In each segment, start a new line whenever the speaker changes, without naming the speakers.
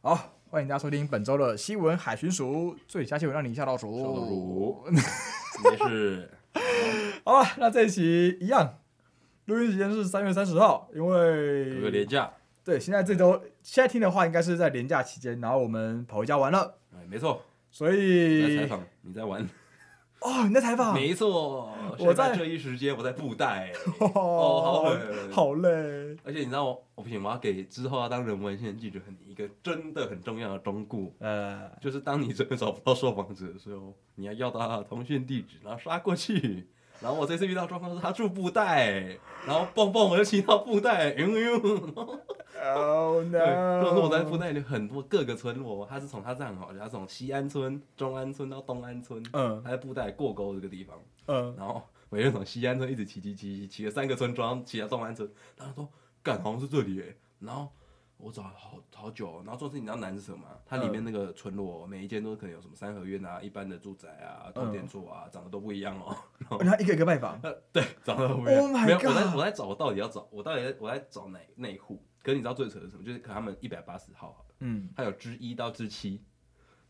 好，欢迎大家收听本周的新闻海巡署最佳新闻，让你一下倒数。
也是
好了，那这一期一样，录音时间是三月三十号，因
有个
为
廉价，
对现在这周现在听的话，应该是在年假期间，然后我们跑回家玩了，
哎，没错，
所
你在采
以
访，你在玩，
哦你在采访，
没错，
我
现
在
这一时间我在布袋，
哦
哦，好狠，
好累，
而且你知道我，我不行，我要给之后要当人文献记者很一个真的很重要的忠告，
呃，
就是当你真的找不到受访者的时候，你要要到他的通讯地址，然后杀过去。然后我这次遇到的状况是他住布袋，然后蹦蹦我就骑到布袋，嗯嗯，
哦
对，
no，
然后我在布袋里很多各个村落，他是从他这样好，他是从西安村、中安村到东安村，
嗯
他在布袋过沟这个地方，
嗯，
然后每天从西安村一直骑骑骑骑了三个村庄，骑到东安村，然后说干好像是这里耶，然后我找了好好久哦，然后重点是你知道难是什么吗？它里面
嗯
那个村落哦每一间都可能有什么三合院啊、一般的住宅啊、
嗯
重点处啊，长得都不一样哦。
然后一个一个拜访，
呃，对，长得都不一样。
Oh my
没有，我在
God
我在找，我到底要找，我到底在我在找哪哪一户？可是你知道最扯的是什么？就是可能他们一百八十号好了，
嗯，
它有之一到之七，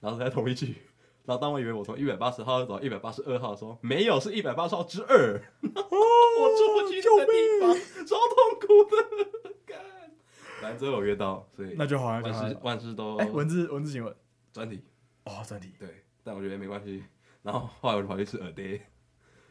然后在同一区。然后当我以为我从一百八十号走一百八十二号的时候，没有，是一百八十号之二。 我出不去这个地
哦
方， 超痛苦的。干，反正最后有约到，所以
那就好啊，那
万
就好
事
啊。
万事都
哎，文字文字新闻，
专题
哦，专题，
对，但我觉得没关系。然后后来我就跑去吃耳爹，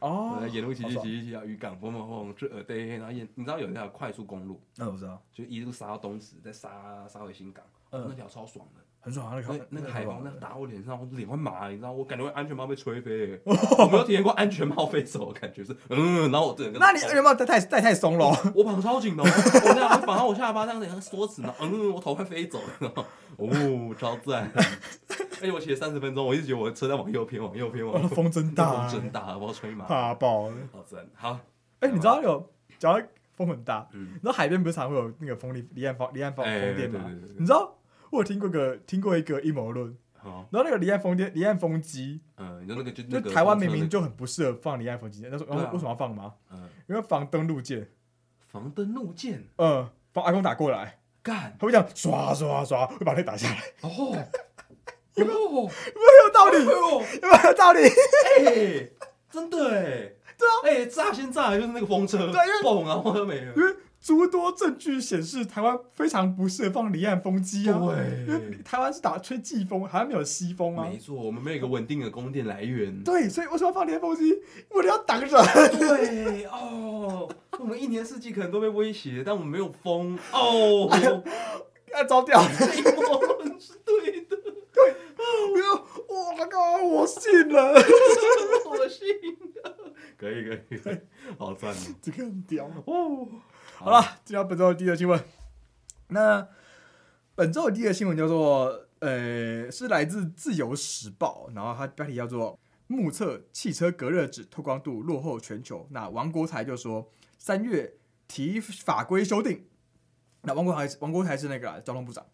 哦
我在，沿路骑
好
骑
爽
骑骑到啊渔港，蹦蹦蹦吃耳爹，然后沿你知道有那条快速公路，
那我知道，
就一路杀到东石，再杀杀回新港，
嗯
那条超爽的。
很爽啊，那
那
个
那个海
王
风，那打我脸上，我脸会麻，你知道，我感觉我安全帽被吹飞 欸，我没有体验过安全帽飞走，感觉是，嗯，然后我整个，
那你安哎全帽戴太戴太松了哦，
我绑超紧的哦，我这样我绑到我下巴这样子像缩紧了，嗯，我头会飞走，然后 哦，超赞，而且我骑了三十分钟，我一直觉得我的车在往右偏，往右偏，往右
哦
偏，
风真大，啊
风真大，我要吹麻，
怕爆了。
好赞，好，
哎，你知道有讲到风很大，
嗯
你知道海边不是常会有那个风力离岸风离岸风
哎
风电
对
吗
对对？对
你知道我有听过个听过一个阴谋论，
好，
然后那个离岸风电离岸风机，
嗯，你说那个就
就
那个
台湾
风车
明明
那个，
就很不适合放离岸风机，但是
对啊
为什么要放吗？
嗯，
因为防登陆舰，
防灯路剑，
嗯，防阿公打过来，
干，
他会这样刷刷刷，会把那个打下 来，
哦， 哦，
有没有道理？
哎呦。
有没有道理？
哎、真的哎、对啊，啊哎、炸先炸的就是那个风车，
对因为
嘣，然后就没了
因。为诸多证据显示，台湾非常不适合放离岸风机啊。
对
因为台湾是打吹季风，好像没有西风啊
没。错，我们没有一个稳定的供电来源。
对，所以为什么要放离岸风机？为了要挡人。
对哦，我们一年四季可能都被威胁，但我们没有风哦。
要哎糟掉了！
这一波论是对 的，
我就我靠，我信了，
我信的。可以可以可以，好赞哦
这个很屌
哦！
好了，进到本周的第一个新闻。那本周的第一个新闻叫做，呃，是来自《自由时报》，然后它标题叫做“目测汽车隔热纸透光度落后全球”。那王国才就说，三月提法规修订。那王国才，王国才是那个啦交通部长，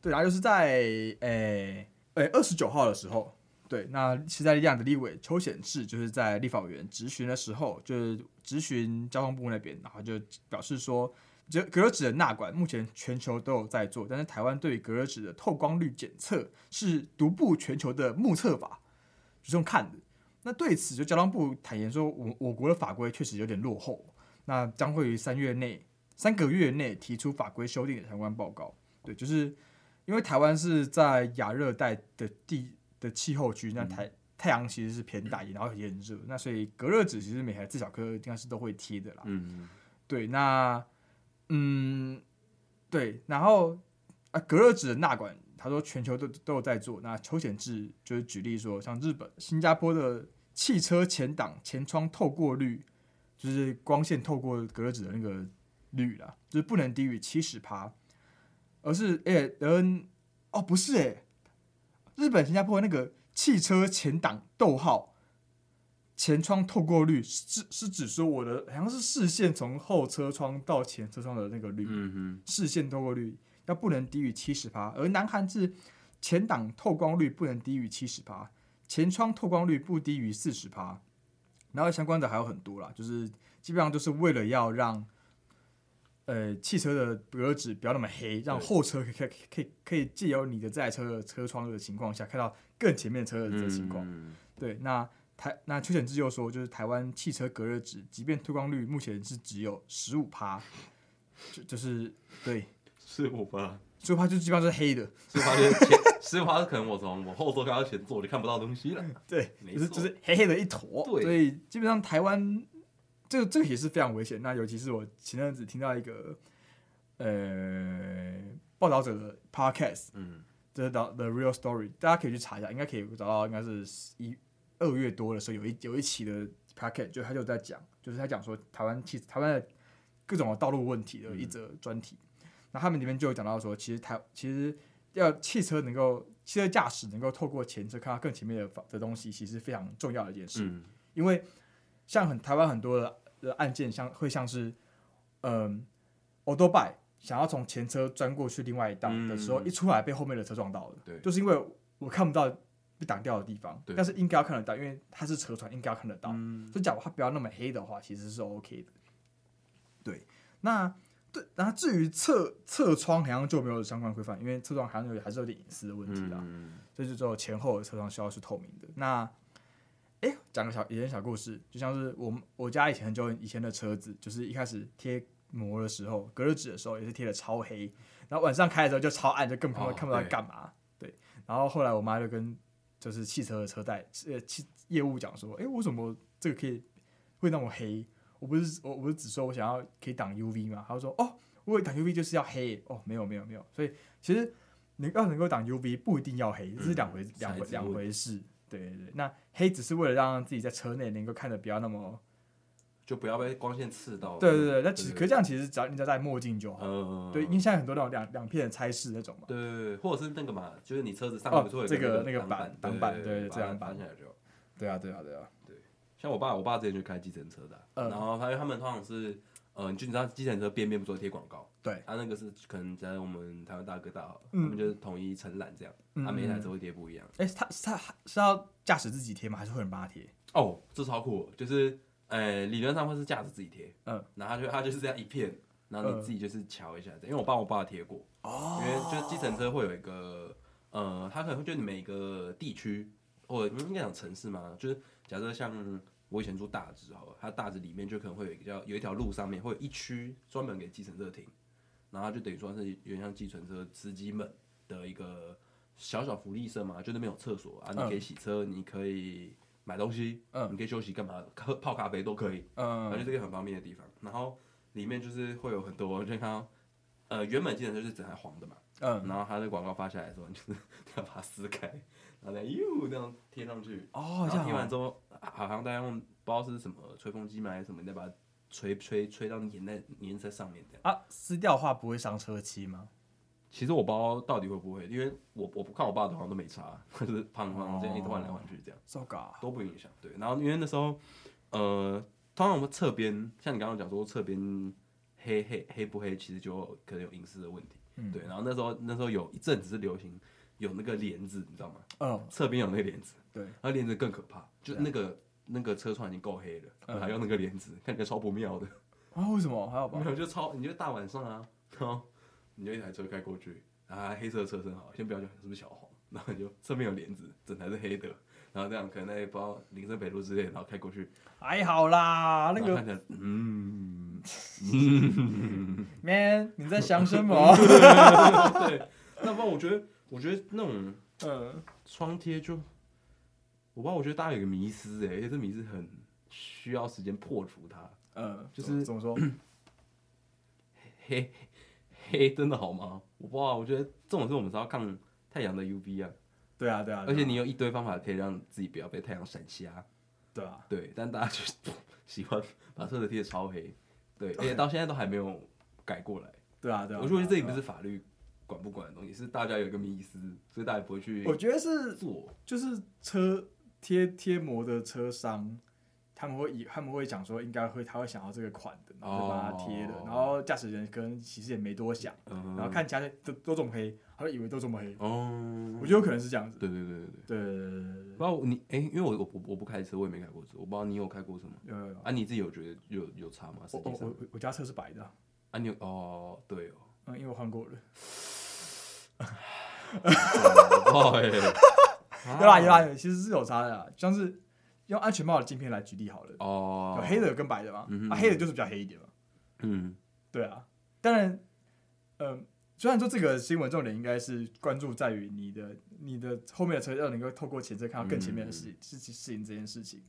对，然后就是在呃呃二十九号的时候，对，那时代力量的立委邱显志就是在立法委员质询的时候，就是质询交通部那边，然后就表示说，这隔热纸的纳管目前全球都有在做，但是台湾对于隔热纸的透光率检测是独步全球的目测法，就是用看的。那对此，就交通部坦言说，我我国的法规确实有点落后，那将会于三月内三个月内提出法规修订的相关报告。对，就是因为台湾是在亚热带的地的气候区，那台太阳其实是偏大，然后也很热，那所以隔热纸其实每台至少颗应该是都会贴的啦。
嗯，
对，那嗯，对，然后啊，隔热纸的纳管，他说全球都都有在做。那邱显志就是举例说，像日本、新加坡的汽车前挡前窗透过率，就是光线透过隔热纸的那个率啦，就是不能低于七十趴，而是哎、嗯，哦，不是哎、日本、新加坡那个汽车前挡逗号。前窗透过率是指是指说我的好像是视线从后车窗到前车窗的那个率，
嗯哼，
视线透过率要不能低于七十趴，而南韩是前挡透光率不能低于七十趴，前窗透光率不低于四十趴，然后相关的还有很多啦，就是基本上就是为了要让呃汽车的隔热纸不要那么黑，让
对
后车可以可以可以可以借由你的这台车的车窗的情况下，看到更前面车的这情况。
嗯
对，那台那邱显志又说，就是台湾汽车隔热纸，即便推广率目前是只有十五趴，就就是对，
是我吧？
十五趴就基本上是黑的，
是发现前， 是发现可能我从我后座开到前座，我就看不到东西了。
对，
没
就是就
错
是黑黑的一坨，
对
所以基本上台湾这个这个也是非常危险。那尤其是我前阵子听到一个呃报道者的 podcast，
嗯，
这是 The The Real Story，大家可以去查一下，应该可以找到，应该是一二月多的时候有一有一期的 podcast，就他就在讲，就是他讲说台湾其实台湾的各种的道路问题的一则专题。那他们里面就有讲到说，其实台其实要汽车能够汽车驾驶能够透过前车看到更前面的房的东西，其实非常重要的一件事。
嗯，
因为像很台湾很多的的案件像会像是，嗯 o d o b i 想要从前车钻过去另外一档的时候，
嗯
一出来被后面的车撞到了，
对
就是因为我看不到被挡掉的地方，
对
但是应该要看得到，因为它是车船，应该要看得到。
嗯
所以假如它不要那么黑的话，其实是 OK 的。对，那对，然后至于侧侧窗好像就没有相关规范，因为侧窗好像有还是有点隐私的问题啦。
嗯，
所以就只有前后的车窗需要是透明的。那，哎、讲个小以前小故事，就像是我们我家以前很久以前的车子，就是一开始贴膜的时候，隔热纸的时候也是贴的超黑，然后晚上开的时候就超暗，就根本看不
哦
到看不到
对
干嘛。对，然后后来我妈就跟就是汽车的车贷呃汽业务讲说，哎、为什么这个可以会那么黑？我不是我我不是只说我想要可以挡 UV 嘛，他就说哦，我挡 UV 就是要黑哦，没有没有没有，所以其实能要能够挡 UV 不一定要黑，这
嗯
是两回
材质
两回
问题
两回事。对对对，那黑只是为了让自己在车内能够看得不要那么，
就不要被光线刺到。
对对对，那其实
哦对
可是这样其实只要你只要戴墨镜就好。
嗯，
对，因为现在很多那种两两片的差事那种嘛，
对对对，或者是那个嘛，就是你车子上
哦
面不是会有
这个那
那
个
挡
板挡板对
把
这样
它拔
板
下来就好。
对啊对啊对啊，
像我爸，我爸之前就开计程车的啊，
嗯
然后他因为他们通常是，呃，你就你知道计程车边边不是会贴广告，
对，
他那个是可能在我们台湾大哥大好了，他
嗯
们就是统一承揽这样，他每一台车会贴不一样。
哎，他他是要驾驶自己贴吗？还是会有人帮他贴？
哦，这超酷哦，就是呃，理论上会是架子自己贴，
嗯，
然后它就它就是这样一片，然后你
嗯
自己就是瞧一下，这样因为我帮我爸贴过，
哦
因为就是计程车会有一个呃，它可能会就你每个地区或者嗯应该讲城市嘛，就是假设像我以前住大直好了，它大直里面就可能会有一个叫有一条路上面会有一区专门给计程车停，然后它就等于说是有点像计程车司机们的一个小小福利社嘛，就那边有厕所啊，你
嗯
可以洗车，你可以买东西，
嗯
你可以休息干嘛，喝泡咖啡都可以。
嗯
反正就是一个很方便的地方。然后里面就是会有很多，就看到，呃，原本计程车是整台黄的嘛，
嗯，
然后它的广告发下来的时候，你就是 你要把它撕开，然后再呦那样贴上去，
哦，这
然后
样
贴完
啊
之后，啊好像大家用不知道是什么吹风机嘛还是什么，你再把它吹吹吹到粘在粘在上面这样。
啊，撕掉的话不会伤车漆吗？
其实我不知道到底会不会，因为我我不看我爸的好像都没差， 就是胖胖这样一直换来换去这样。
糟糕，
都不影响。对，然后因为那时候，呃，通常我们侧边，像你刚刚讲说侧边黑黑黑不黑，其实就可能有隐私的问题。
嗯
对，然后那时候那时候有一阵子是流行有那个帘子，你知道吗？
嗯，
侧边有那个帘子，
对，
然后帘子更可怕，就那个、那个车窗已经够黑了，
嗯
还用那个帘子，看起来超不妙的。
啊，为什么还好吧
没？有，就超你就大晚上啊，然后你就一台车开过去，啊，黑色的车身好，先不要讲是不是小黄，然后你就侧面有帘子，整台是黑的，然后这样可能在不知道林森北路之类，然后开过去，
还好啦，那
然后
个
看起来，嗯，
man，你在想什么？
对，那不然我觉得，我觉得那种
嗯，
窗贴就，我不知道，我觉得大家有个迷思哎、而且这迷思很需要时间破除它，
嗯，
就
就是是怎么说？
黑黑真的好吗？我不知道，我觉得这种是我们是要抗太阳的 UV 啊。
对啊，对啊，
而
对
且
啊
你有一堆方法可以让自己不要被太阳闪瞎，
对啊，
对，但大家就是 喜欢把车子贴的超黑，对，而且到现在都还没有改过来。
对啊，对啊。
我觉得这
对
也
啊
不，是法律管不管的东西，是大家有一个迷思，所以大家不会去
对啊我觉得是
做。
就是车贴贴膜的车商，他们会以他们会讲说应该会他会想要这个款的，然后就帮他贴的
哦，
然后驾驶人可能其实也没多想，
嗯
然后看其他人都都这么黑，他就以为都这么黑，
哦，
我觉得有可能是这样子。
对对对对对。
对对对对对
不知道你哎、因为我我我我不开车，我也没开过车，我不知道你有开过车吗？
对，有有有。
啊，你自己有觉得有有差吗？实
我
际
我
上
我我家车是白的啊，
啊，你有哦，对 哦，
嗯，因为我换过了。
哦哎，哦
有啦有啦，有其实是有差的啦，像是用安全帽的镜片来举例好了，
哦
有，黑的跟白的嘛，
嗯哼
啊，黑的就是比较黑一点嘛，
嗯，
对啊，当然，嗯、虽然说这个新闻重点应该是关注在于你的你的后面的车要能够透过前车看到更前面的
嗯
事情事情事情这件事情，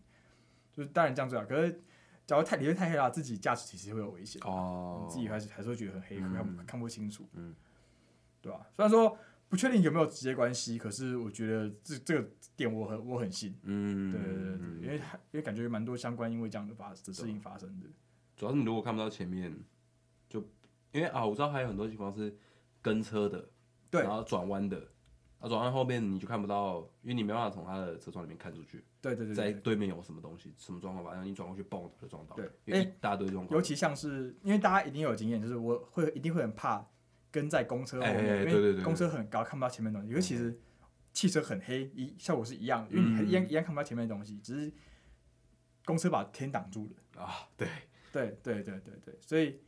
就是当然这样最好，可是假如太里面太黑了，自己驾驶其实会有危险，
哦
你，自己还是还是会觉得很黑，
嗯
看不看不清楚，
嗯，
对吧、虽然说不确定有没有直接关系，可是我觉得这这个点我很我很信。
嗯，
对对对，因
为
为他因为感觉蛮多相关因为这样的发的事情发生的。
主要是你如果看不到前面，就因为啊，我知道还有很多情况是跟车的，
对
然后转弯的，啊，转弯后面你就看不到，因为你没办法从他的车窗里面看出去，
对对对
在
对，
对面有什么东西，什么状况吧，然后你转过去，嘣就撞到了，
对
有一
哎
大堆这种状况，
尤其像是因为大家一定有经验，就是我会一定会很怕跟在公车后
哎哎哎
面，
对对
因
对
为
对
公车很高看不到前面的东西，因为其实汽车很黑，一效果是一样的，因为你
嗯
一样一样看不到前面的东西，只是公车把天挡住了。
啊，对，
对对对对对，所以。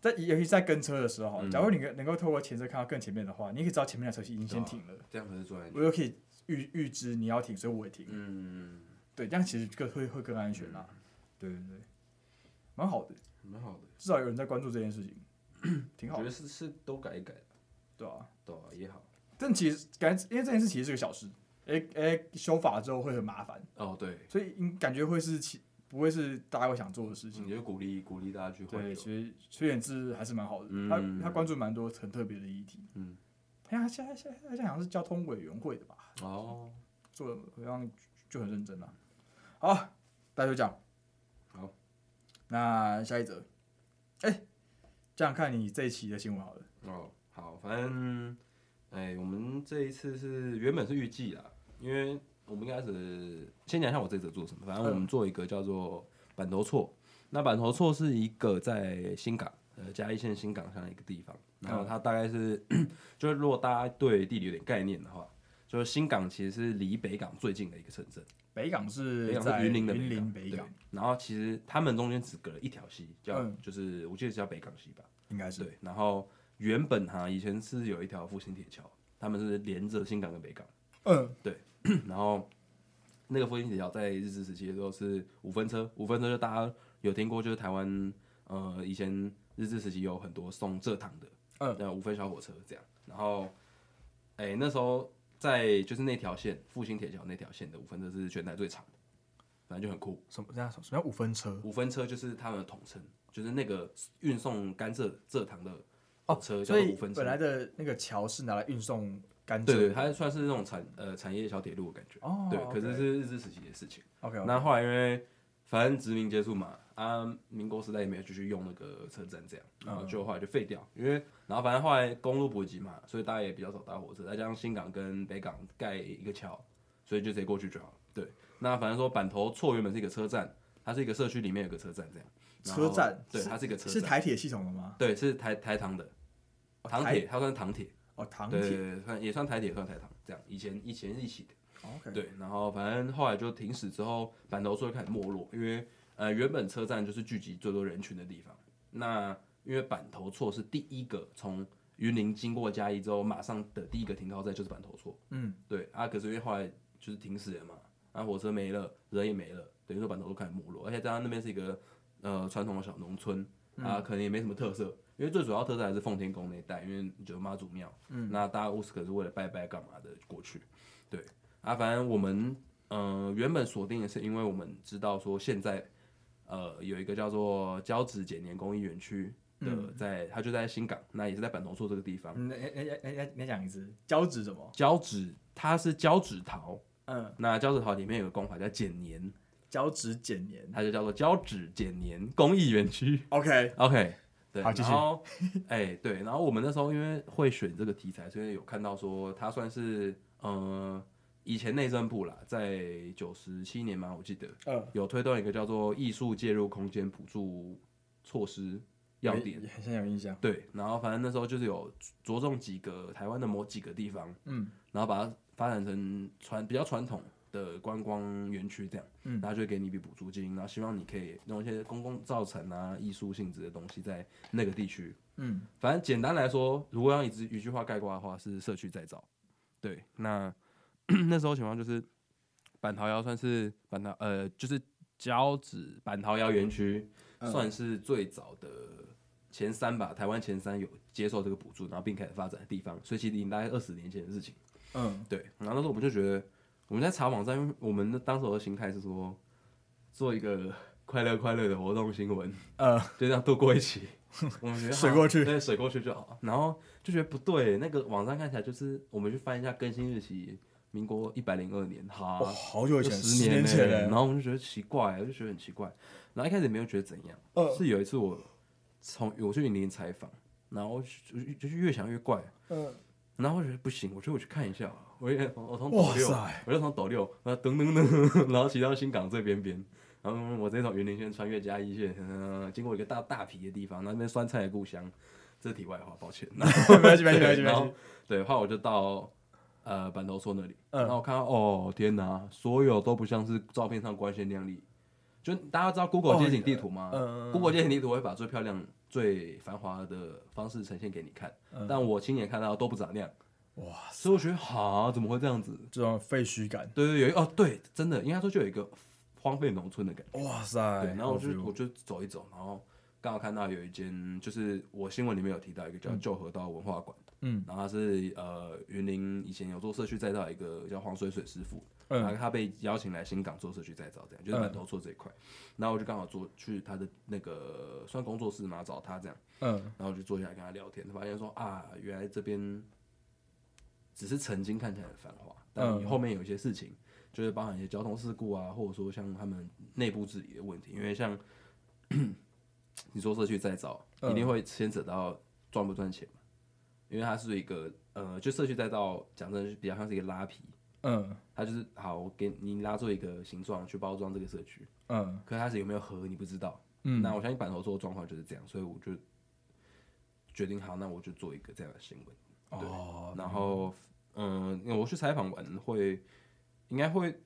在尤其在跟车的时候，
嗯
假如你能能够透过前车看到更前面的话，你可以知道前面的车已经
啊
先停了，
这样才是最安全，
我又可以预预知你要停，所以我也停。
嗯，
对，这样其实更会会更安全啦。对对对，蛮好的，
蛮好的，
至少有人在关注这件事情，挺
我
好
觉
的，
得是是都改一改，
对啊？
对啊也好，
但其实感觉，因为这件事其实是个小事，哎哎，修法之后会很麻烦，
哦对，
所以应感觉会是其不会是大家会想做的事情。
你就鼓励鼓励大家去换
对，
油，
所以崔远志还是蛮好的，
嗯
他他关注蛮多很特别的议题。
嗯，
哎呀，现在现在现在好像是交通委员会的吧，
哦，
做的好像就很认真啦。好，大家就这样。
好，
那下一则，哎、这样看你这一期的新闻好了。
哦，好，反正，哎，我们这一次是原本是预计啦，因为我们一开始先讲一下我这一则做什么，反正
嗯
我们做一个叫做板头错。那板头错是一个在新港，呃，嘉义县新港上的一个地方，然
嗯
后它大概是， 就是如果大家对地理有点概念的话，就是新港其实是离北港最近的一个城镇，
北港是
北港
在
是云林的
云林
北
北
港
港
对，然后其实他们中间只隔了一条溪，叫、
嗯
就是我记得是叫北港溪吧，
应该是
对，然后原本哈、以前是有一条复兴铁桥，他们是连着新港跟北港，
嗯
然后那个复兴铁桥在日治时期的时候是五分车，五分车就大家有听过，就是台湾呃以前日治时期有很多送蔗糖的，
嗯，
那五分小火车这样，然后哎、那时候在就是那条线复兴铁桥那条线的五分车是全台最长的，反正就很酷。
什么这样什么叫五分车？
五分车就是他们的统称，就是那个运送甘蔗蔗糖的火车
哦
叫
所
做
以
五分车。
本来的那个桥是拿来运送甘蔗，
对对，它算是那种产呃产业小铁路的感觉。
哦，
对，可是是日治时期的事情。
OK，
那后来因为反正殖民接触嘛，啊，民国时代也没有继续用那个车站这样，然
嗯
后就后来就废掉，因为然后反正后来公路普及嘛，所以大家也比较少搭火车，再加上新港跟北港盖一个桥，所以就直接过去就好了。对，那反正说板头错原本是一个车站，它是一个社区里面有个车站这样。然后
车站
对，它是一个车
是
站，
台铁系统的吗？
对，是台台糖的
哦
糖
台
铁，它算是糖铁，
哦，糖
对对
铁。
对，算也算台铁，也算台糖这样。以前以前是一起的。
哦 OK，
对，然后反正后来就停驶之后，板头座就开始没落，因为呃原本车站就是聚集最多人群的地方。那因为板头错是第一个从云林经过嘉义之后，马上的第一个停靠站就是板头错。
嗯，
对啊，可是因为后来就是停驶了嘛，啊火车没了，人也没了，等于说板头座开始没落，而且加上那边是一个呃传统的小农村啊，可能也没什么特色。因为最主要特色还是奉天宫那一带，因为有妈祖庙，嗯，那大家无时可是为了拜拜干嘛的过去，对，啊，反正我们呃原本锁定的是，因为我们知道说现在呃有一个叫做交趾减年工艺园区的，在它就在新港，那也是在板头厝这个地方。
你你你你你你讲一次，胶质什么？
交趾它是交趾陶，
嗯，
那交趾陶里面有个工法叫减年，
胶质减黏。
它就叫做交趾减年工艺园区。
OK，
OK，对，
好继续
然后， 哎、对，然后我们那时候因为会选这个题材，所以有看到说它算是呃以前内政部啦，在九十七年嘛，我记得
嗯，
有推动一个叫做艺术介入空间补助措施要点。
也很像有印象。
对，然后反正那时候就是有着重几个台湾的某几个地方，
嗯，
然后把它发展成传比较传统的的观光园区这样，
嗯
然后就会给你一笔补助金，然后希望你可以弄一些公共造成啊、艺术性质的东西在那个地区。
嗯，
反正简单来说，如果要一句一句话概括的话，是社区再造。对，那 那时候情况就是板桃窑算是板桃呃，就是交趾板桃窑园区
嗯
算是最早的前三吧，台湾前三有接受这个补助，然后并开始发展的地方，所以其实已经大概二十年前的事情。
嗯，
对，然后那时候我们就觉得，我们在查网站，因为我们的当时的心态是说，做一个快乐快乐的活动新闻，
呃，
就这样度过一期。 我们觉得好
水过去
对，水过去就好。然后就觉得不对，那个网站看起来就是，我们去翻一下更新日期，民国一百零二年，哈，
哇，好久以前，
有
啊十
年
年
嘞
前
然
嘞，
后我们就觉得奇怪，我就觉得很奇怪。然后一开始也没有觉得怎样，
嗯
是有一次我从我去云林采访，然后就就就是越想越怪，
嗯，
然后我觉得不行，我觉得我去看一下，啊我也我从
哇
斗六
塞，
我就从斗六，然后噔噔噔，然后骑到新港这边边，然后我直接从云林县穿越嘉义县，嗯、经过一个大大皮的地方，然后那边酸菜的故乡，这是题外话，抱歉。然后
没关系，没关系，没关系，
对
没
然
关
后
系，
对，后来我就到呃板头村那里，
嗯
然后我看到哦天哪，所有都不像是照片上光鲜亮丽，就大家知道 Google
哦
街景地图吗、
嗯嗯嗯
g o o g l e 街景地图会把最漂亮、最繁华的方式呈现给你看，
嗯
但我亲眼看到都不咋样，
哇，
所以我觉得哈怎么会这样子？
这种废墟感，
对对，有一哦对，真的应该说就有一个荒废农村的感觉。
哇塞，
对，然后我
好
就
feel
我就走一走，然后刚好看到有一间，就是我新闻里面有提到一个叫旧河道文化馆，
嗯，
然后它是呃云林以前有做社区再造一个叫黄水水师傅，
嗯
然后他被邀请来新港做社区再造，这样就是板头做这一块，然后我就刚好做去他的那个算工作室嘛，找他这样，
嗯
然后就坐下来跟他聊天，发现说啊，原来这边只是曾经看起来很繁华，但
嗯
后面有一些事情，就是包含一些交通事故啊，或者说像他们内部治理的问题，因为像 你说社区再造，
嗯
一定会牵扯到赚不赚钱嘛，因为它是一个呃，就社区再造讲真的是比较像是一个拉皮，
嗯
它就是好，我给你拉做一个形状去包装这个社区，
嗯
可是它是有没有合你不知道。
嗯，
那我相信板头做的状况就是这样，所以我就决定好，那我就做一个这样的新闻。
哦，
然后，嗯，因为我去采访完会，应该会，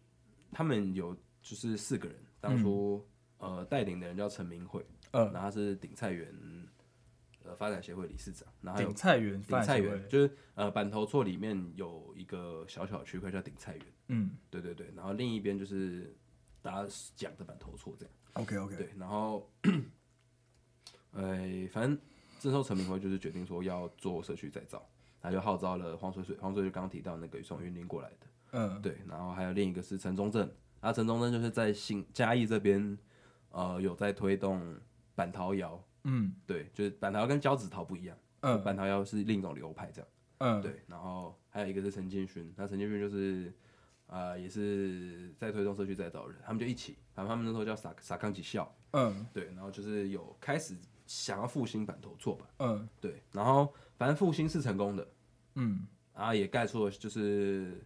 他们有就是四个人，当初、呃带领的人叫陈明慧，
嗯
然后他是鼎菜园呃发展协会理事长，然后还有
顶菜园，
鼎
饭
菜
协
园
会，
就是呃板头厝里面有一个小小的区块叫鼎菜园，
嗯
对对对，然后另一边就是大家讲的板头厝这样。
，OK OK，
对，然后，呃，反正这时候陈明辉就是决定说要做社区再造，他就号召了黄水水，黄水水刚刚提到那个从云林过来的，
嗯
对，然后还有另一个是陈宗正，啊，陈宗正就是在新嘉义这边，呃，有在推动板桃窑，
嗯
对，就是板桃窑跟交趾陶不一样，
嗯
板桃窑是另一种流派这样。
嗯，
对，然后还有一个是陈建勋，那陈建勋就是呃也是在推动社区再造的人，他们就一起，反正他们那时候叫撒撒康吉校，
嗯
对，然后就是有开始想要复兴版头做吧，
嗯
对，然后反正复兴是成功的，
嗯
然后也盖出了就是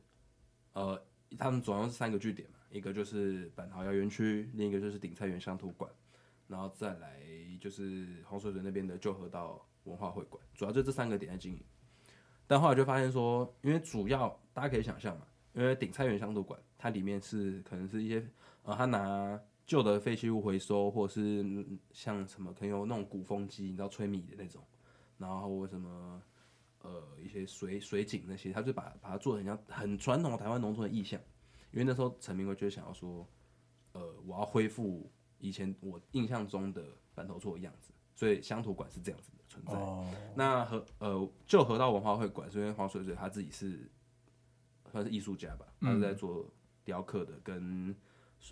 呃他们总共是三个据点嘛，一个就是板桃窑园区，另一个就是鼎菜园乡土馆，然后再来就是洪水水那边的旧河道文化会馆，主要就这三个点在经营。但后来就发现说，因为主要大家可以想象嘛，因为鼎菜园乡土馆它里面是可能是一些呃，他拿旧的废弃物回收，或者是嗯像什么可能有那种鼓风机，你知道吹米的那种，然后什么呃一些水水井那些，他就把把它做得很像很传统的台湾农村的意象，因为那时候陈明辉就是想要说，呃，我要恢复以前我印象中的板头厝的样子，所以乡土馆是这样子的存在。
哦，
那河呃，就河道文化会馆，是因为黄水水他自己是算是艺术家吧，他是在做雕刻的跟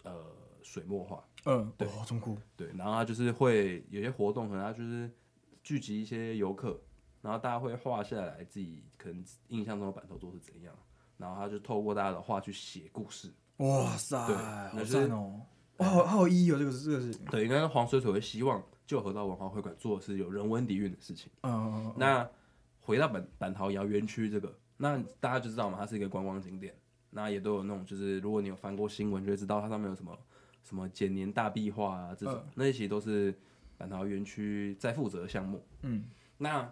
呃水墨画，
嗯，对，中酷，
对，然后他就是会有些活动，可能他就是聚集一些游客，然后大家会画下来自己可能印象中的板头座是怎样，然后他就透过大家的画去写故事，
哇塞，
对
好
那是
赞哦，哇，好好有意义哦，这个这个事情，
对，应该是黄水水会希望旧河道文化会馆做的是有人文底蕴的事情。
嗯嗯
那回到板板桃窑园区这个，那大家就知道嘛，它是一个观光景点，那也都有那种就是如果你有翻过新闻，就会知道它上面有什么什么减年大壁画啊这种，那些其实都是板桃园区在负责的项目。
嗯
那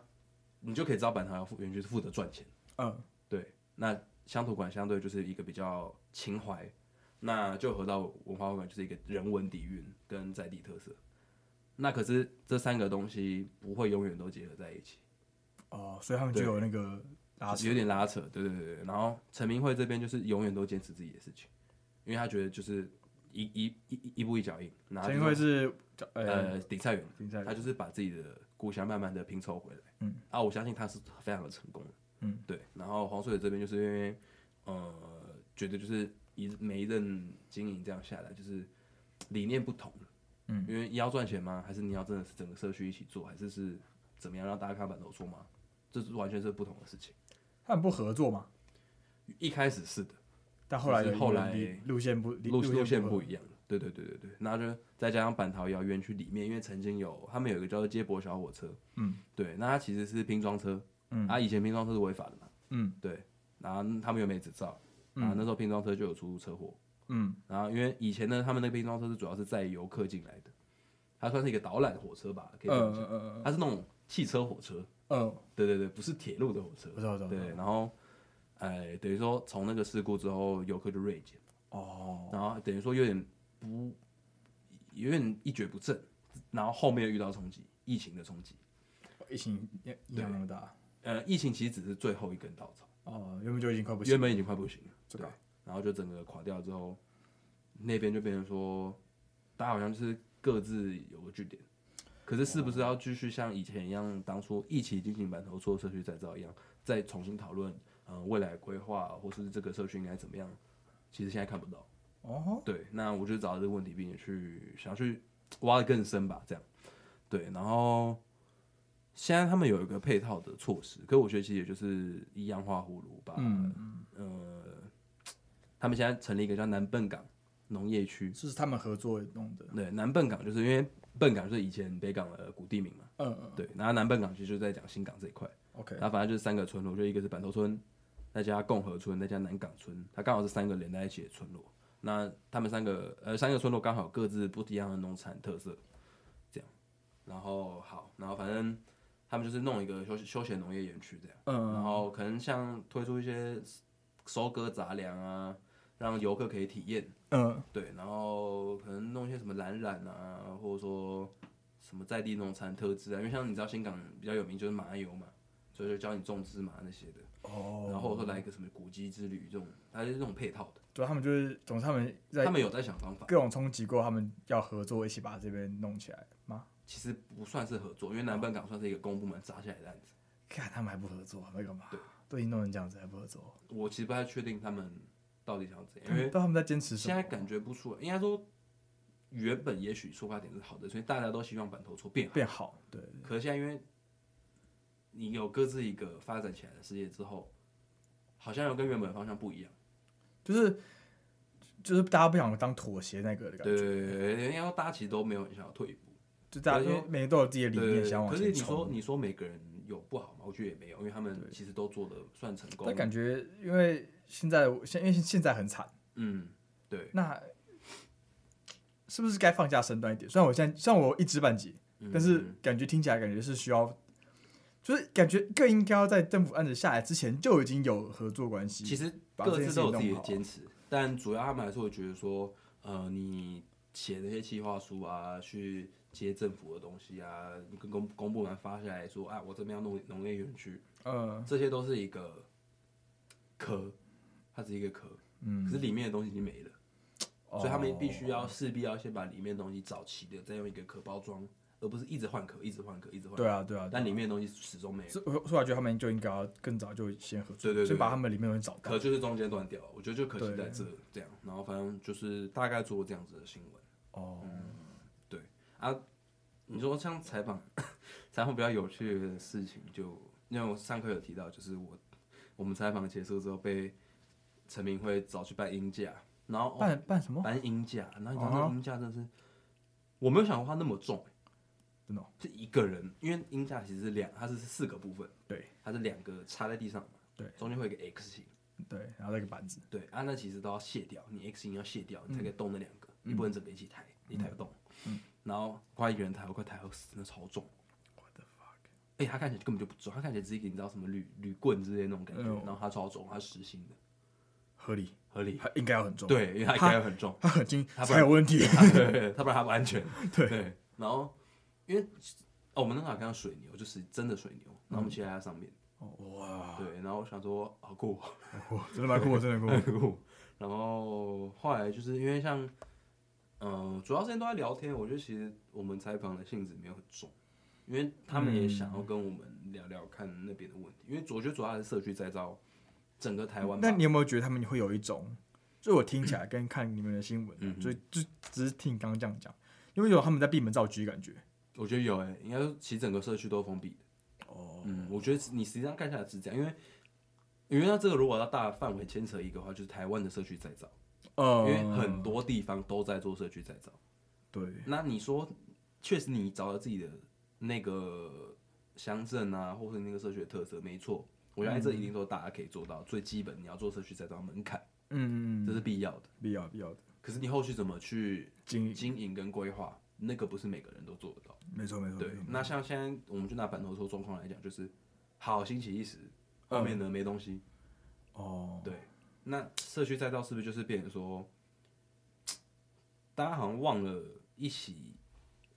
你就可以知道板桃窑园区是负责赚钱，
嗯
对。那乡土馆相对就是一个比较情怀，那就河道文化会馆就是一个人文底蕴跟在地特色。那可是这三个东西不会永远都结合在一起，
哦，所以他们就有那个拉
啊就是
扯
有点拉扯。对对对对。然后陈明慧这边就是永远都坚持自己的事情，因为他觉得就是一一一一一步一脚印，然后
陈
啊就
因为是呃，
呃顶菜园，
林在
他就是把自己的故乡慢慢的拼凑回来。
嗯，
啊，我相信他是非常的成功的。
嗯，
对。然后黄水这边就是因为呃，觉得就是一每一任经营这样下来，就是理念不同。
嗯，
因为你要赚钱吗？还是你要真的是整个社区一起做，还是是怎么样让大家看板都做吗？这是完全是不同的事情。
他们不合作嘛，
一开始是的，
但后来
就是后来
路线不
路路线
不
不一样。对对对对对，然后就再加上板桃窑园区里面，因为曾经有他们有一个叫做接驳小火车，
嗯，
对，那它其实是拼装车，
嗯
啊，以前拼装车是违法的嘛，
嗯
对，然后他们又没执照，然啊后那时候拼装车就有出车祸，
嗯
然后因为以前呢，他们那个拼装车是主要是载游客进来的，它算是一个导览火车吧，可以这
嗯
样讲，
嗯
它是那种汽车火车，
嗯，
对对对，不是铁路的火车，
我知道我知道
对，然后，哎，等于说从那个事故之后，游客就锐减，
哦，
然后等于说有点不，有点一蹶不振，然后后面又遇到冲击，疫情的冲击，
哦疫情影响那么大，
呃，疫情其实只是最后一根稻草。
哦，原本就已经快不行，
原本已经快不行了，
这
对
个，
然后就整个垮掉之后，那边就变成说，大家好像就是各自有个据点，可是是不是要继续像以前一样，当初一起进行板头做社区再造一样，再重新讨论，嗯、未来规划或是这个社区应该怎么样？其实现在看不到。
哦，
对，那我就找到这个问题，并且去想要去挖的更深吧，这样。对，然后现在他们有一个配套的措施，可我学习也就是一样画葫芦吧，
嗯嗯，
呃，他们现在成立一个叫南笨港农业区。
是他们合作弄的，
对，南笨港就是因为笨港就是以前北港的古地名嘛。
嗯嗯
对，然后南笨港其实就是在讲新港这一块。
，OK，
它反正就是三个村落，就一个是板头村，再加共和村，再加南港村，它刚好是三个连在一起的村落。那他们三个呃三个村落刚好各自不一样的农产特色，这样。然后好，然后反正他们就是弄一个休休闲农业园区这样。然
嗯
后可能像推出一些收割杂粮啊，让游客可以体验，
嗯
对，然后可能弄一些什么蓝染啊，或者说什么在地农产特质啊，因为像你知道新港比较有名就是麻油嘛，所以就教你种芝麻那些的，然
哦，
后说来一个什么古迹之旅这种，它就是这种配套的，
对，他们就是，总之他们在
他们有在想方法，
各种冲击过，他们要合作一起把这边弄起来吗？
其实不算是合作，因为南本港算是一个公部门砸下来的案子，
看他们还不合作，那干嘛
对？
都已经弄成这样子，还不合作，
我其实不太确定他们到底想要怎样，
他
因
们
为
不知道他们在坚持什
现
么。
在感觉不出来，应该说原本也许出发点是好的，所以大家都希望板头厝变好。
变好，对，
可是现在因为你有各自一个发展起来的事业之后，好像又跟原本的方向不一样。
就是就是大家不想当妥协那个的感
对
觉，
对对对对，应该说大家其实都没有很想要退一步。
就大家
可是
都每个都有自己的理
对对
念，
对
想往
可是
前
你说
冲。
你说每个人有不好吗？我觉得也没有，因为他们其实都做的算成功
但。感觉因为现在现因为现在很惨，
嗯，对，
那是不是该放下身段一点？虽然我现在虽然我一知半解，
嗯
但是感觉听起来感觉是需要。就是感觉更应该要在政府案子下来之前就已经有合作关系，
其实
把这
各
件
自
事
都有
情
自己
弄
的
好
坚持，但主要他们还是会觉得说，呃，你写那些企划书啊，去接政府的东西啊，跟公公部门发下来说，啊，我这边要弄农业园区，
嗯
这些都是一个壳，它是一个壳，可
嗯，
是里面的东西已经没了，所以他们必须
哦
要势必要先把里面的东西找齐的，再用一个壳包装，而不是一直换壳，一直换壳，一直换壳。
对啊对啊，
但里面的东西始终没有，
所以我所以我觉得他们就应该要更早就先合作，
对对对
所以把他们里面的人找到
壳。就是中间断掉了，我觉得就可惜
对
在这这样。然后反正就是大概做这样子的新闻
哦，
啊。你说像采访， 采访比较有趣的事情就，因为我上课有提到，就是我我们采访结束之后被陈明辉找去办音架，然后、哦
办办什么？
搬音架，然后你知道那
啊
个音架真的是，我没有想过它那么重、欸
真的哦
是一个人，因为音架其实是两，它是四个部分，
对，
它是两个插在地上嘛，
对，
中间会有一个 X 型，
对，然后那个板子，
对，啊，那其实都要卸掉，你 X 型要卸掉，你才可以
嗯
动那两个，你不能整个一起抬，你抬不动，然后光一个人抬，我快抬到死，真的超重。哎、它看起来根本就不重，它看起来只是一个你知道什么铝铝棍之类的那种感觉，
哎呦
然后它超重，它实心的，
合理，
合理。
它应该要很重，，
对，因为它应该很重，
它很轻
它不
才有问题，
对，它不然它不安全。
对
对，然后因为哦，我们那时候还看到水牛，就是真的水牛，然后我们骑在它上面，
哦哇，
对，然后我想说好酷哦，
哇真的蛮酷的，真的蛮
很
酷
酷。然后后来就是因为像，嗯、主要时间都在聊天，我觉得其实我们采访的性质没有很重，因为他们
嗯
也想要跟我们聊聊看那边的问题，因为我觉得主要还是社区再造整个台
的
湾。吧
那。你有没有觉得他们会有一种，就我听起来跟看你们的新闻啊
嗯，哼
就就只是听你刚刚这样讲，因为有他们在闭门造车的感觉，
我觉得有诶、欸应该说其实整个社区都封闭的。
哦，
嗯，我觉得你实际上看下来是这样，因为因为它这个如果要大范围牵扯一个的话，就是台湾的社区再造，因
呃，
为很多地方都在做社区再造。
对，
那你说，确实你找到自己的那个乡镇啊，或者那个社区的特色，没错，我相信这一定都大家可以做到。最基本你要做社区再造门槛，
嗯，
这是必要的。
必要必要的
可是你后续怎么去
经营，
经营跟规划，那个不是每个人都做得到。
没错没错，
对
没错，
那像现在我们就拿板头说状况来讲，就是好兴起一时，后面呢
嗯
没东西。
哦，
对，那社区再造是不是就是变成说，大家好像忘了一起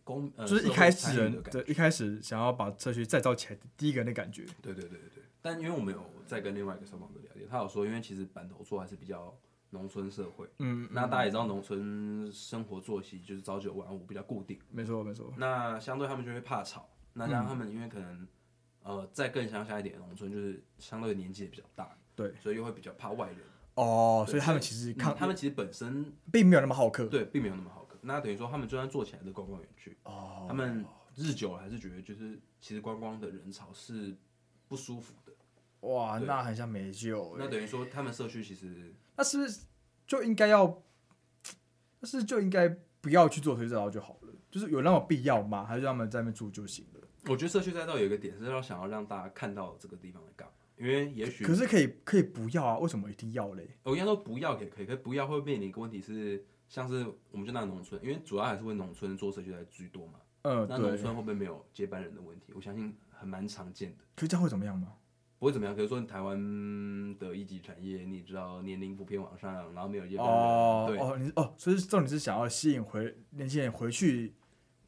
公呃，
就是
社
一
会
开
参
始
与
人
的感
对一开始想要把社区再造起来的第一个人的感觉，
对对对对对。但因为我们有在跟另外一个受访者聊天，他有说，因为其实板头做还是比较农村社会，
嗯，
那大家也知道农村生活作息就是朝九晚五比较固定，
没错没错，
那相对他们就会怕吵，那
嗯
让他们因为可能。呃，再更乡下一点的农村，就是相对年纪也比较大，
对，
所以又会比较怕外人。
哦，
对
所以他们其实
嗯
看
他们其实本身
并没有那么好客，
对并没有那么好看。那等于说，他们就算做起来的观光园区，
哦，
他们日久了还是觉得，就是其实观光的人潮是不舒服的。
哇，
对
那很像没救
那
欸，
等于说，他们社区其实
那是不是就应该要，那是不是就应该不要去做社区再造就好了？就是有那种必要吗？还是让他们在那边住就行了？
我觉得社区再造有一个点是要想要让大家看到这个地方在干嘛，因为也许
可是可以可以不要啊？为什么一定要嘞？
我应该说不要也可以，可是不要会面临一个问题是，像是我们就拿农村，因为主要还是为农村做社区在居多嘛。
嗯，
那农
对。
村会不会没有接班人的问题？我相信很蛮常见的。
可是这样会怎么样吗？
不会怎么样，可是说台湾的一级产业，你知道年龄普遍往上，然后没有接班人，
哦
对，
哦，你哦，所以重点是想要吸引回年轻人回去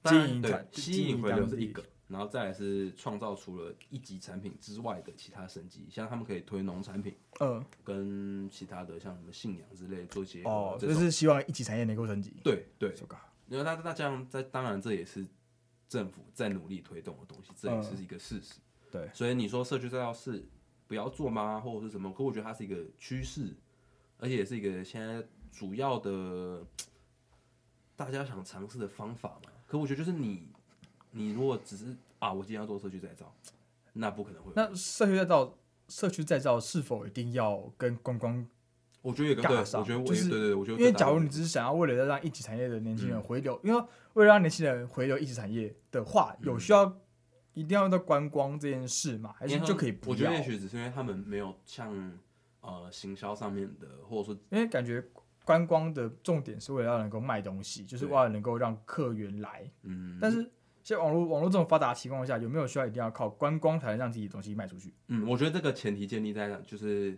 当
经
然
营
对
产，
吸引回
当
流
地
是一个，然后再来是创造除了一级产品之外的其他升级，像他们可以推农产品
嗯
跟其他的像什么信仰之类做结合，
哦，
这
就
种
是希望一级产业能够升级。
对对，
So ga，
因为那那这样在当然这也是政府在努力推动的东西，这也
嗯
是一个事实。
对，
所以你说社区再造是不要做吗，或者是什么？可我觉得它是一个趋势，而且也是一个现在主要的大家想尝试的方法嘛。可我觉得就是你，你如果只是啊，我今天要做社区再造，那不可能会有。
那社区再造，社区再造是否一定要跟观光？
我觉得有个
尬
对，
上
我觉得我、
就是
对对对，我觉得
因为
这大
假
家
如你只是想要为了要让一级产业的年轻
嗯
人回流，因为为了让年轻人回流一级产业的话，
嗯
有需要一定要用到观光这件事嘛？还是
应该说
就可以不
嗯我觉得
要
也？许只是因为他们没有像呃行销上面的，或者说
因为感觉观光的重点是为了要能够卖东西，就是
对
为了能够让客源来。
嗯，
但是现在网络网络这种发达的情况下，有没有需要一定要靠观光才能让自己的东西卖出去？
嗯，我觉得这个前提建立在就是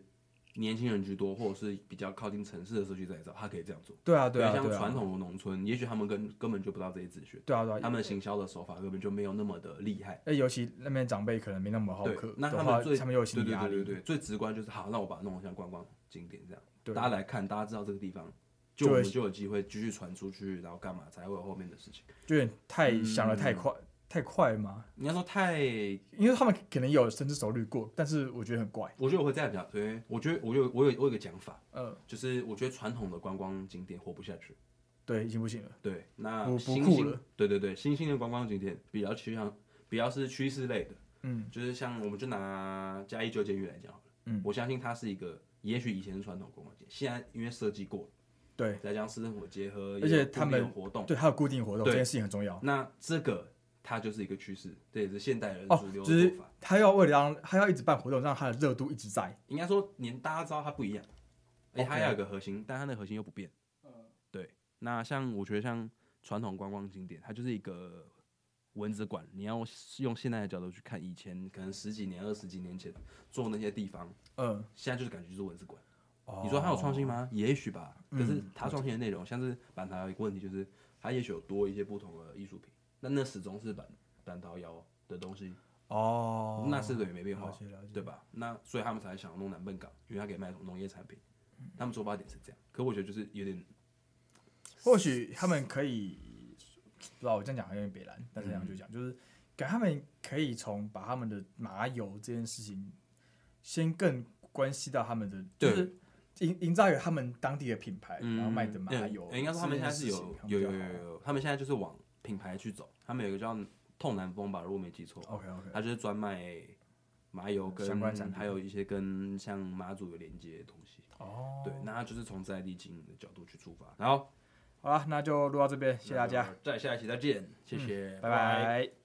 年轻人居多，或者是比较靠近城市的社区再造，他可以这样做。
对啊，对啊，
像
对
传
啊，
统的农村，也许他们根根本就不知道这些资讯，
对啊，对
他
啊。
们行销的手法根本就没有那么的厉害。
那尤其那边长辈可能没那么好
对
客，，
那
的
他
话
们最
他们又有心
对
理
对
压
对对
力，
对，最直观就是好，那我把它弄得像观光景点这样，
对
大家来看，大家知道这个地方，
就
就我
会
们就有机会继续传出去，然后干嘛才会有后面的事情。
就有点太
嗯
想的太快太快嘛。
你要说太，
因为他们可能有深思熟虑过，但是我觉得很怪。
我觉得我会这样讲，因为我觉得我有我有我有一个讲法，
呃，
就是我觉得传统的观光景点活不下去。
对，已经不行了。
对，那
不不
新
酷
兴
了
对对对，新兴的观光景点比较趋向，比较是趋势类的，
嗯，
就是像我们就拿嘉义旧监狱来讲好了，
嗯，
我相信它是一个，也许以前是传统观光景点，现在因为设计过了，
对
再加上市政府结合，
而且
也有固
他
定
们
的活动，
对，还有固定活动
对
这件事情很重要。
那这个它就是一个趋势，这也是现代人
哦
主流，
就
的
是
做法。
他要为了让他要一直办活动，让他的热度一直在。
应该说连大家知道它不一样，而且它
OK
要有一个核心，但它那个核心又不变。对。那像我觉得像传统观光景点，它就是一个蚊子馆，你要用现在的角度去看以前可能十几年、二十几年前做那些地方，
嗯，
现在就是感觉就是蚊子馆。
哦嗯
你说他有创新吗？也许吧，可是他创新的内容，像是板桃有一个问题，就是他也许有多一些不同的艺术品，但那始终是板板桃窑的东西，
哦，
那是的也没变化
了解了解，
对吧？那所以他们才想弄南笨港，因为他可以卖农业产品，
嗯
他们出发点是这样。可我觉得就是有点
或许他们可以，不知道我这样讲好像有点北蓝，但是这样就
嗯
讲，就是感觉他们可以从把他们的麻油这件事情，先更关系到他们的，就
对
是营营造有他们当地的品牌，
嗯，
哎然后卖的麻
嗯
油。
应该说他们现在是
这件事情他
有
们
有
比较
有有
好
有，有他们现在就是往品牌去走，他们有一个叫痛南风吧，如果没记错，
OK OK，
他就是专卖麻油跟
哦相关产品
还有一些跟像马祖有连接的东西。
哦，
对，那他就是从在地经营的角度去出发，然后
好了，那就录到这边，谢谢大家，嗯
再下一期再见，谢谢，
拜拜。